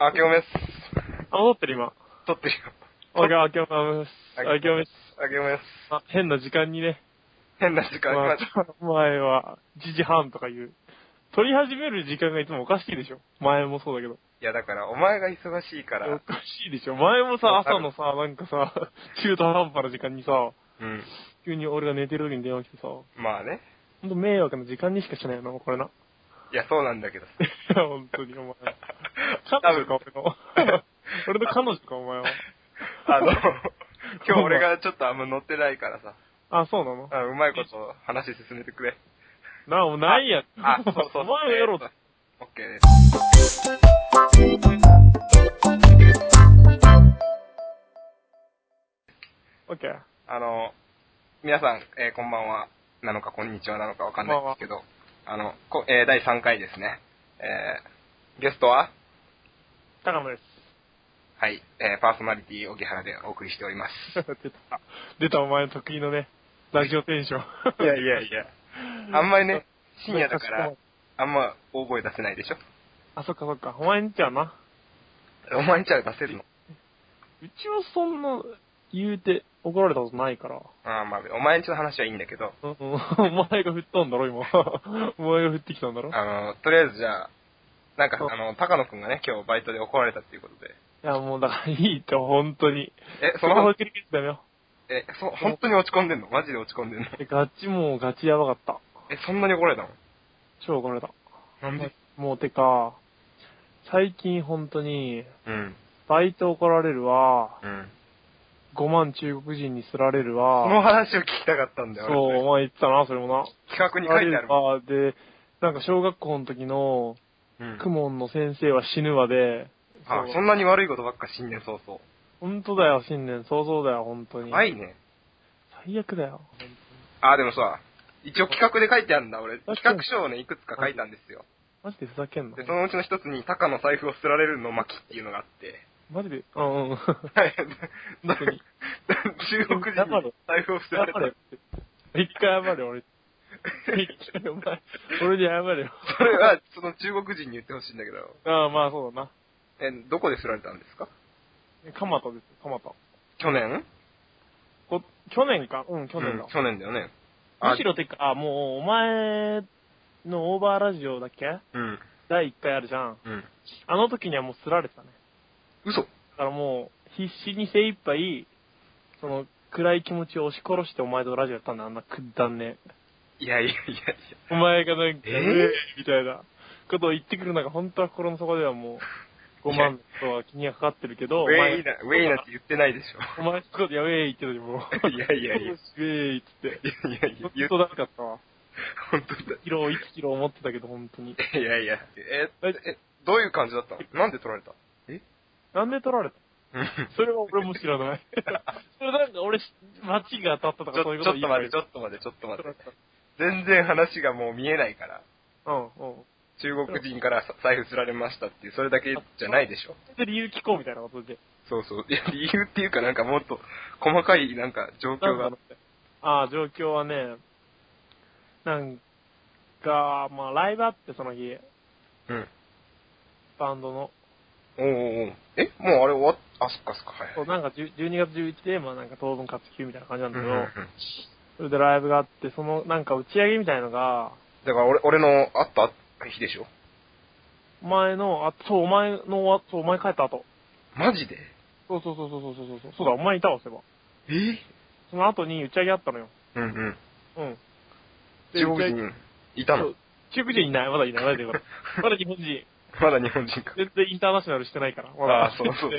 明けおめっす。あ、戻ってる今。撮ってるよ。俺が明けおめです。はい明けおめです。明けおめっす。あ変な時間にね、変な時間、ま今あ、 前は1時半とかいう。撮り始める時間がいつもおかしいでしょ前もそうだけど。いや、だから、お前が忙しいかおら。かしいでしょ前もさ、わかる朝のさ、なんかさ、中途半端な時間にさ、うん。急に俺が寝てる時に電話来てさ、ほまあね。んと迷惑な時間にしかしないよな、これな。 いや、そうなんだけどさ。本当にお前。彼女か、俺の。俺の彼女か、お前は。あの、 今日俺がちょっとあんま乗ってないからさ。あ、そうなのあうまいこと話進めてくれ。な、もうないやん。あ、そうそうそう。お前がやろうと。オッケーです。オッケー。あの、皆さん、えーこんばんはなのか、こんにちはなのかわかんないですけど、あの、こえー第3回ですね。えーゲストは高野です。はい、えーパーソナリティ、荻原でお送りしております。 出た。出た、お前の得意のね、ラジオテンション。いやい やいや。あんまりね、深夜だかそらっ、あんま大声出せないでしょ。あ、そっかそっか。お前んちはな。お前んちゃ出せるのうちはそんな、言うて怒られたことないから。ああ、まあ、お前んちの話はいいんだけど、うん お前が振ったんだろ、今。 お前が振ってきたんだろ。いあの、とりあえずじゃあ、なんかそうあの、高野くんがね、今日バイトで怒られたっていうことで。や、もうだからいいって、本当に。え、そそのまのま、切り切ってダメよ。え、そ、本当に落ち込んでんのマジで落ち込んでんのガチもうガチやばかった。え、そんなに怒られたの超怒られた。なんでもうてか、最近本当に、うん、バイト怒られるわ、うん。 5万中国人にすられるそわ、の話を聞きたかったんだそよ、う、お俺。前言ってたな、それもな。企画に書いてあるもん。あで、なんか小学校の時の、うんクモンの先生は死ぬわで、あそ、うそんなに悪いことばっかしんねん、そうそう。本当だよ、新年、そうそうだよ、本当に。はいね。最悪だよ。あ、でもさ、一応企画で書いてあるんだ、俺。企画書をね、いくつか書いたんですよ。マジでふざけんなで、。そのうちの一つに、タカの財布をすられるの巻っていうのがあって、マジで、う んうはん。い。本 当に中国人に財布をすら謝れた。れって。一回謝れ、俺。一回、お前、俺に謝れよ。 それは、その中国人に言ってほしいんだけど、ああ、まあそうだな。え、どこですられたんですか蒲田です、蒲田。去年こ去年かうん、去年だうん。去年だよね。あむしろてか、あもう、お前のオーバーラジオだっけうん。第1回あるじゃん。うん。あの時にはもうすられてたね。嘘だからもう、必死に精一杯、その、暗い気持ちを押し殺してお前とラジオやったんだ、あんなくだんね。いやいやいやいお前がなんか、ええーーみたいなことを言ってくる中、本当は心の底ではもう、5いや万とは気にはかかってるけど、や。ウおェイ前、な、ウェイなって言ってないでしお前そこでやべえ言ってた時もょ。いやいやいや。よしウェイっつって。いやいや、言本っ当だかったわ。本当だ。キロ、1キロ思ってたけど、本当に。いやいや。え、え、どういう感じだったのなんで取られたえなんで取られたうんそれは俺も知らない。 それなんか俺、街が当たったとちかょそういうこちょとっ言とわ待れって、ちょっと待って、ちょっと待って。全然話がもう見えないから。うん、うん。中国人からさ財布すられましたっていう、それだけじゃないでしょ。で、理由聞こうみたいなことで。そうそう。いや理由っていうかなんかもっと細かいなんか状況ながんだろう。ってああ、状況はね、なんか、まあ、ライブあって、その日、うん。バンドの。おうおうおうえもうあれ終わっ、あ、そっかそっか、はいそはうい。なんか、10 12月11で、まあ、なんか、当分活休みたいな感じなんだうけんど、うんうんそれでライブがあって、その、なんか、打ち上げみたいのが、だから俺、俺のあった日でしょお前の、あ、そう、お前の、あそう、お前帰った後。マジでそうそうそうそうそうそうそう。そうだ、お前いたわ、そういえば。えその後に打ち上げあったのよ。うんうん。うん。で中国打ち上げ人いたそのう中国人いない、まだいない、まだいないから。まだ日本人。まだ日本人か。全然インターナショナルしてないから。まだああ、そうそうそう。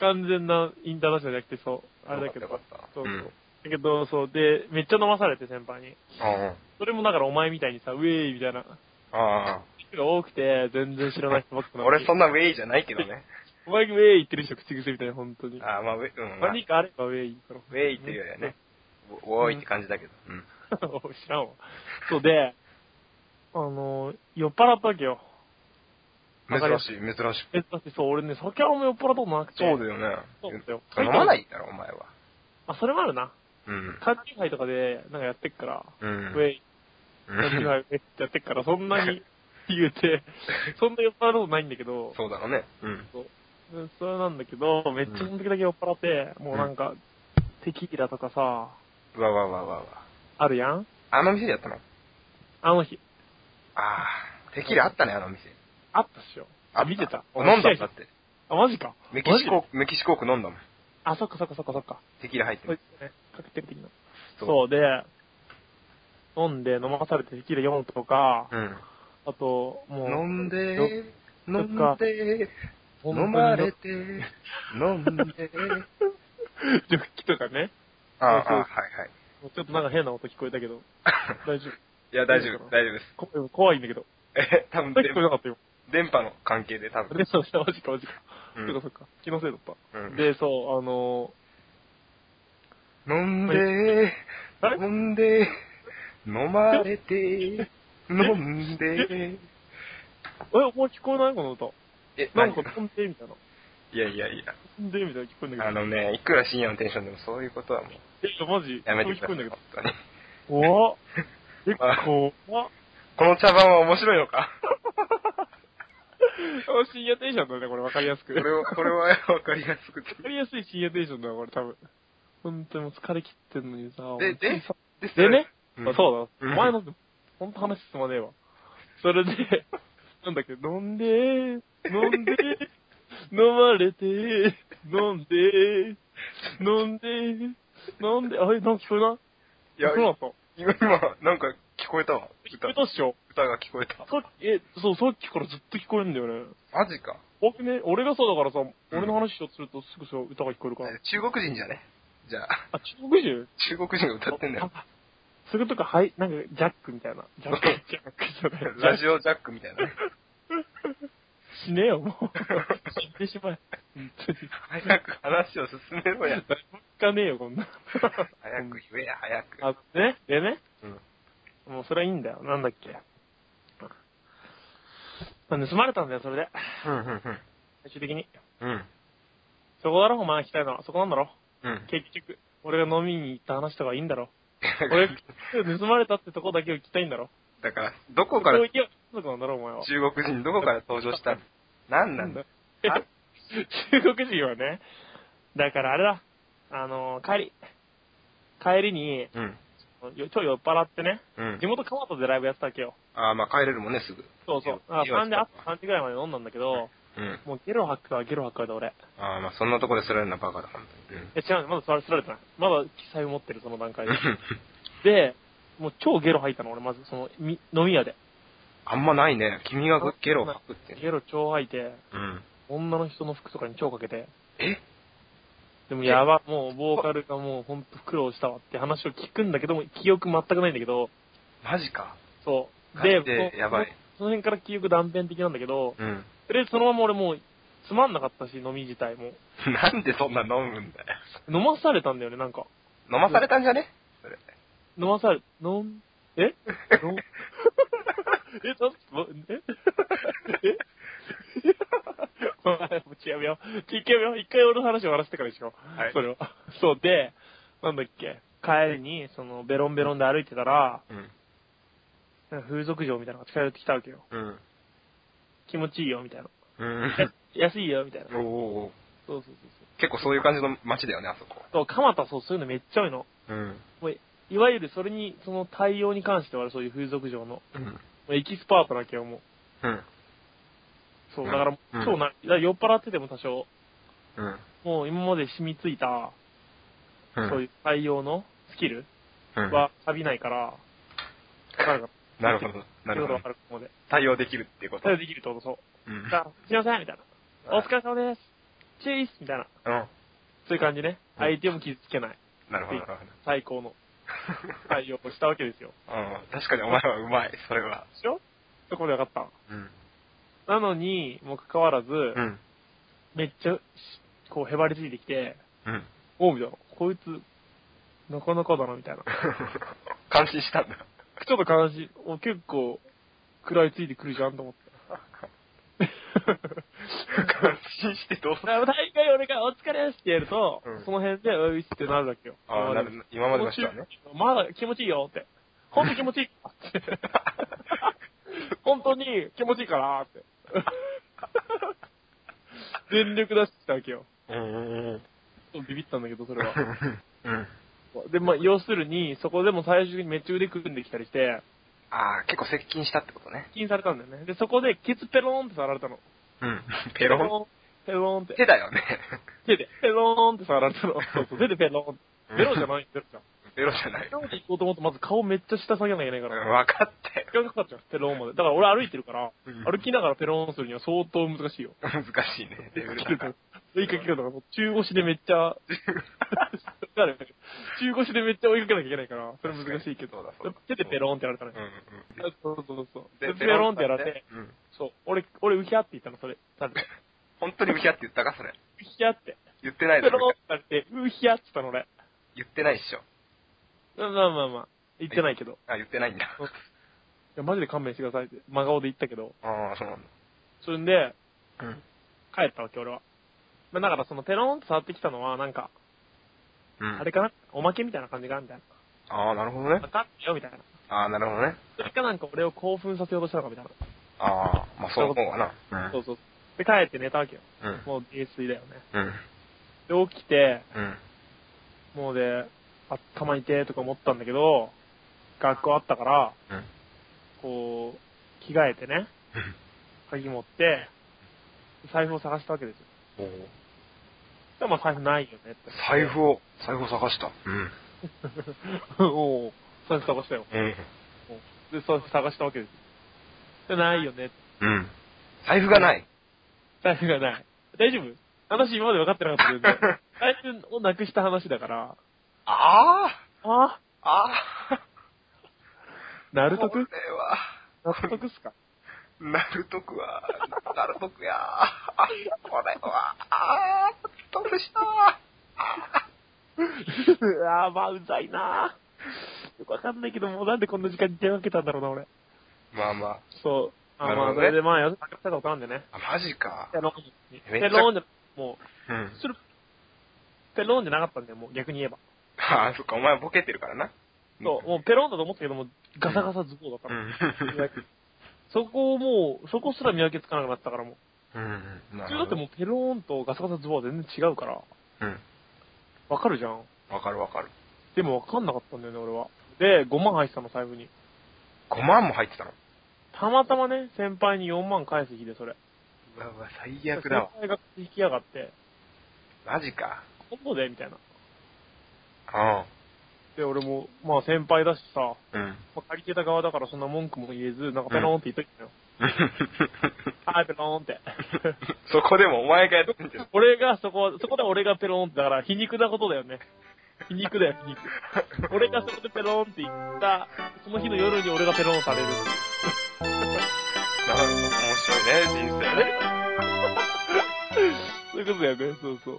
完全なインターナショナルじゃなくて、そう、あれだけど。よかったよかったそうそう。うんだけど、そう、で、めっちゃ飲まされて、先輩に。あそれもだからお前みたいにさ、ウェイみたいなあ。あ人が多くて、全然知らない人ばっかあ。なのに俺そんなウェイじゃないけど ね。お前がウェイ言ってる人口癖みたいな、本当に。ああ、まあウェイ、うん。まあ何かあればウェイ言うウェイっていうよりは ね、おおーいって感じだけど。うん。から。知らんわ。そうで、あの、酔っ払ったわけよ。珍わかりましい、珍しい。え、だってそう、俺ね、酒あんま酔っ払ったことなくて。そうだよね。そうだよ飲まないだろ、お前は。あ、それもあるな。うん。誕生会とかで、なんかやってっから、うん。ウェイ、う誕生ん会ウェイってやってっ から、そんなに言うて、そんな酔っ払うことないんだけど、そうだろうね。うん。でそれなんだけど、めっちゃその時だけ酔っ払って、もうなんか、テキーラとかさ、うわうわうわうわうわ。あるやんあの店でやったのあの日、ああ、テキーラあったね、あの店。あったっしょ。あ、見てた飲んだんだあっ、て。マジか。メキシコ、メキシコーク飲んだもん。あ、そっかそっかそっかそっか。テキーラ入ってそうでる。すね。カクテル的な。そうそうで、飲んで飲まされてテキーラ4とか、うん。あと、もう、飲んよで、飲そっんかで、本当に飲ま れて、飲んで。ジョッキとかね。ああ、あそあうはい はい。もうちょっとなんか変な音聞こえたけど、大丈夫いや、大丈夫、大丈夫です。こ。怖いんだけど。え、 多分さっき聞こ電えなかったよ。電波の関係で多分。で、そうした、マジかマジか。うんそっかそっか。気のせいだった。うんで、そう、あの飲んで、あれ飲んで、飲まれて、飲んで。ー、え、お前聞こえないこの歌。え、なんか何飛んでみたいな。いやいやいや。飛んでみたいな聞こえんだけど。あのね、いくら深夜のテンションでもそういうことはもう、えっと、マジ、やめてく聞だこさえい。んだけ 本当に。ど。怖っ。え、怖っ。この茶番は面白いのか深夜テンションだね、これ、わかりやす こく。れわは、これはわかりやすくて。かりやすい深夜テンションだよ、これ、多分。本当にもう疲れ切ってんのにさ。で、で、ででね、うんあそうだ、うん前の、ほんと話進まねえわ。それで、 なんだっけ、飲んでー、飲んで ー、飲まれてー、飲んでー、飲んでー、飲んで、あれ、なんか聞こえないいやそう、だった。聞今、今なんか聞こえたわ。歌こえ、たっしょ。歌が聞こえた。さっき、え、そう、さっきからずっと聞こえるんだよね。マジか。僕ね、俺がそうだからさ、俺の話をするとすぐそう歌が聞こえるから。え中国人じゃねじゃあ、あ、中国人中国人が歌ってん だよ。あそれとか、はい、なんか、ジャックみたいな。ジャック、ジャックじゃない。ラジオジャックみたいなね。死ねよ、もう。死んでしまえ。本当に。早く話を進めろ や。誰も聞かねえよ、こんな。早く言えや、早く。あ、ね、でね、うんもうそれはいいんだよ。なんだっけ。まあ盗まれたんだよ、それで。うん、最終的に。うん、うん。そこだろ、お前が聞きたいのは。そこなんだろ。うん。結局、俺が飲みに行った話とかいいんだろ。俺、盗まれたってとこだけを聞きたいんだろ。だから、どここから、ういう家族なんだろ、お前は。中国人どこから登場したのなんなんだあ中国人はね、だからあれだ、あの、帰り、帰りに、うん。よ超酔っ払ってね、うん地。元蒲田でライブやってたわけよ。ああ、まあ帰れるもんね、すぐ。そうそう。いいわあ3で近あくは3時ぐらいまで飲んだんだけど、うん。もうゲロ吐くからゲロ吐くからで俺。ああ、まあそんなとこですられるのはバカだ、本当に。うん。え、違う、まだ座ら座られてない。まだ記載を持ってる、その段階で。で、もう超ゲロ吐いたの、俺、まず、その、み飲み屋で。あんまないね。君がゲロを吐くっていうの。ゲロ超吐いて、うん。女の人の服とかに超かけて。えでもやば、もうボーカルがもうほんと苦労したわって話を聞くんだけども、記憶全くないんだけど、マジか。そう。マで、ジでもうやばい。その辺から記憶断片的なんだけど、うん。とりあえずそのまま俺もう、つまんなかったし、飲み自体も。 なんでそんな飲むんだよ。飲まされたんだよね、なんか。飲まされたんじゃねそれ。飲まされ、飲ん、 え飲ん、え、なんもえ えお前、もうやめよう。一回やめよう。一回俺の話を終わらせてからでしょ。はいそれは。そうで、なんだっけ、帰りに、その、ベロンベロンで歩いてたら、うん。なんか風俗場みたいなのが近寄ってきたわけよ。うん。気持ちいいよ、みたいな。 うん。安いよ、みたいな。おーおーそうそうそう結構そういう感じの街だよね、あそこ。そう。そう、蒲田そう、そういうのめっちゃ多いの。うん。もういわゆるそれに、その対応に関しては、そういう風俗場の、もうん。うエキスパートなわけよ、もう。うん。そう、うんだからもう、うん超な、だから酔っ払ってても多少、うん。もう今まで染みついた、うん。そういう対応のスキルうん。は錆びないから、わかるかなるほど。な。なるほわどか。るここで。対応できるっていうこと。それうできるってことそんう。。さあ、すいませんみたいな。はおい疲れ様です。チェイスみたいな。うん。そういう感じね。うん相手も傷つけない。なるほど、 なるほど。最高の対応をしたわけですよ。うん。確かにお前はうまい、それは。でしょそこで分かっうん。た。なのに、もかかわらず、うん。めっちゃ、しこう、へばりついてきて、うん。おう、みたいな。こいつ、なかなかだな、みたいな。 感心したん だ。ちょっと悲しい。お結構、食らいついてくるじゃんと 思って。感心してどうする大会俺がお疲れですってやると、うんその辺で、ういってなるわけよ。ああ、なる今までの人はね。まだ気持ちいいよって。ほんと気持ちいい って。本当に気持ちいいからって。全力出してきたわけよ。うん。ビビったんだけど、それは。うん。で、まあ、要するに、そこでも最終的にめっちゃ腕組んできたりして、ああ、結構接近したってことね。禁されたんだよね。で、そこで、ケツペローンって触られたの。うん。 ペロン。ペローンって。手だよね。 手で、ペローンって触られたの。そうそう、手でペローンって。ペロじゃい。ないんだよ、じゃん。ペロじゃないペ。ローンって行こうと思うと、まず顔めっちゃ下下げなきゃいけないかうら。んわかったよ。時間かかっちゃう、ペローンまで。だから俺歩いてるから、うん歩きながらペローンするには相当難しいよ。難しいね。レベル切るか 高いら。追いかけるのが、中腰でめっちゃ、 だから中腰でめっちゃ追いかけなきゃいけないから、それ難しいけど。そうだそうだ手でペローンってやられたのうよ。んそうそうそう。うで、ん。ペローンってやられて、うん。そう。俺、俺、ウヒャって言ったの、それ。され て。本当にウヒャって言ったかそれ。ウヒャって。言ってなペいだローンろっ。てされて、ウヒャって言ったの、俺。言ってないっしょ。まあまあまあまあ。言ってないけど。いあ、言ってないんだ。や、マジで勘弁してくださいって、真顔で言ったけど。ああ、そうなんだ。それで、うん。帰ったわけ、俺は。まあ、だからその、ペローンって触ってきたのは、なんか、うん。あれかなおまけみたいな感じがあるみたいああ、なるほどねな。。わかったよ、みたいな。ああ、なるほどね。それかなんか俺を興奮させようとしたのかみたいな。ああ、まあそう思うわな。そううそう。で、帰って寝たわけよ。ん。うん。もう泥酔だよね。うん。で、起きて、うん。もうで、頭痛いとか思ったんだけど、学校あったから、うん。こう、着替えてね、鍵持って、財布を探したわけですおよ。ーでまあ財布ないよねって。財布を、財布を探した。うん。布 おう財布探したよ。うん。で、財布探したわけですよ。で、ないよね。うん。財布がない。財布がない。大丈夫話今まで分かってなかったけど、 財布をなくした話だから、ああああ、ああ。ナなルトクこれは、納得っすかナルトクは、ナルトクや。あこれは、ああ、どうした。ああ、まあ、うざいなよくわかんないけど、もうなんでこんな時間に電話かけたんだろうな、俺。まあまそう。あーなまるほどねあ、それでまあ、やったことあるんでね。あ、あマジか。ペローンに。めっちペゃローンじゃ、もうんう、。する、ペローンじゃなかったんだよ、もう、逆に言えば。ああ、そっか、お前ボケてるからな。そう、もうペローンだと思ったけども、ガサガサズボンだったうから。ん。そこをもう、そこすら見分けつかなくなったからもう。うん。普通だってもうペローンとガサガサズボンは全然違うから、うん。わかるじゃん。わかるわかる。でもわかんなかったんだよね、俺は。で、5万入ってたの、財布に。 5万も入ってたの。たまたまね、先輩に4万返す日で、それ。うわうわ、最悪だわ。先輩が引きやがって、マジか。今度でみたいな。あで、俺も、まあ先輩だしさ、まあ。うん。あ、借りてた側だからそんな文句も言えず、なんかペローンって言っといたのよ。はい、ペローンって。 そこでもお前がやってんじゃん。俺がそこ、そこで俺がペローンって、だから皮肉なことだよね。皮肉だよ、皮肉。 俺がそこでペローンって言った、その日の夜に俺がペローンされる。なんか面白いね、人生ね。そういうことだよね、そうそう。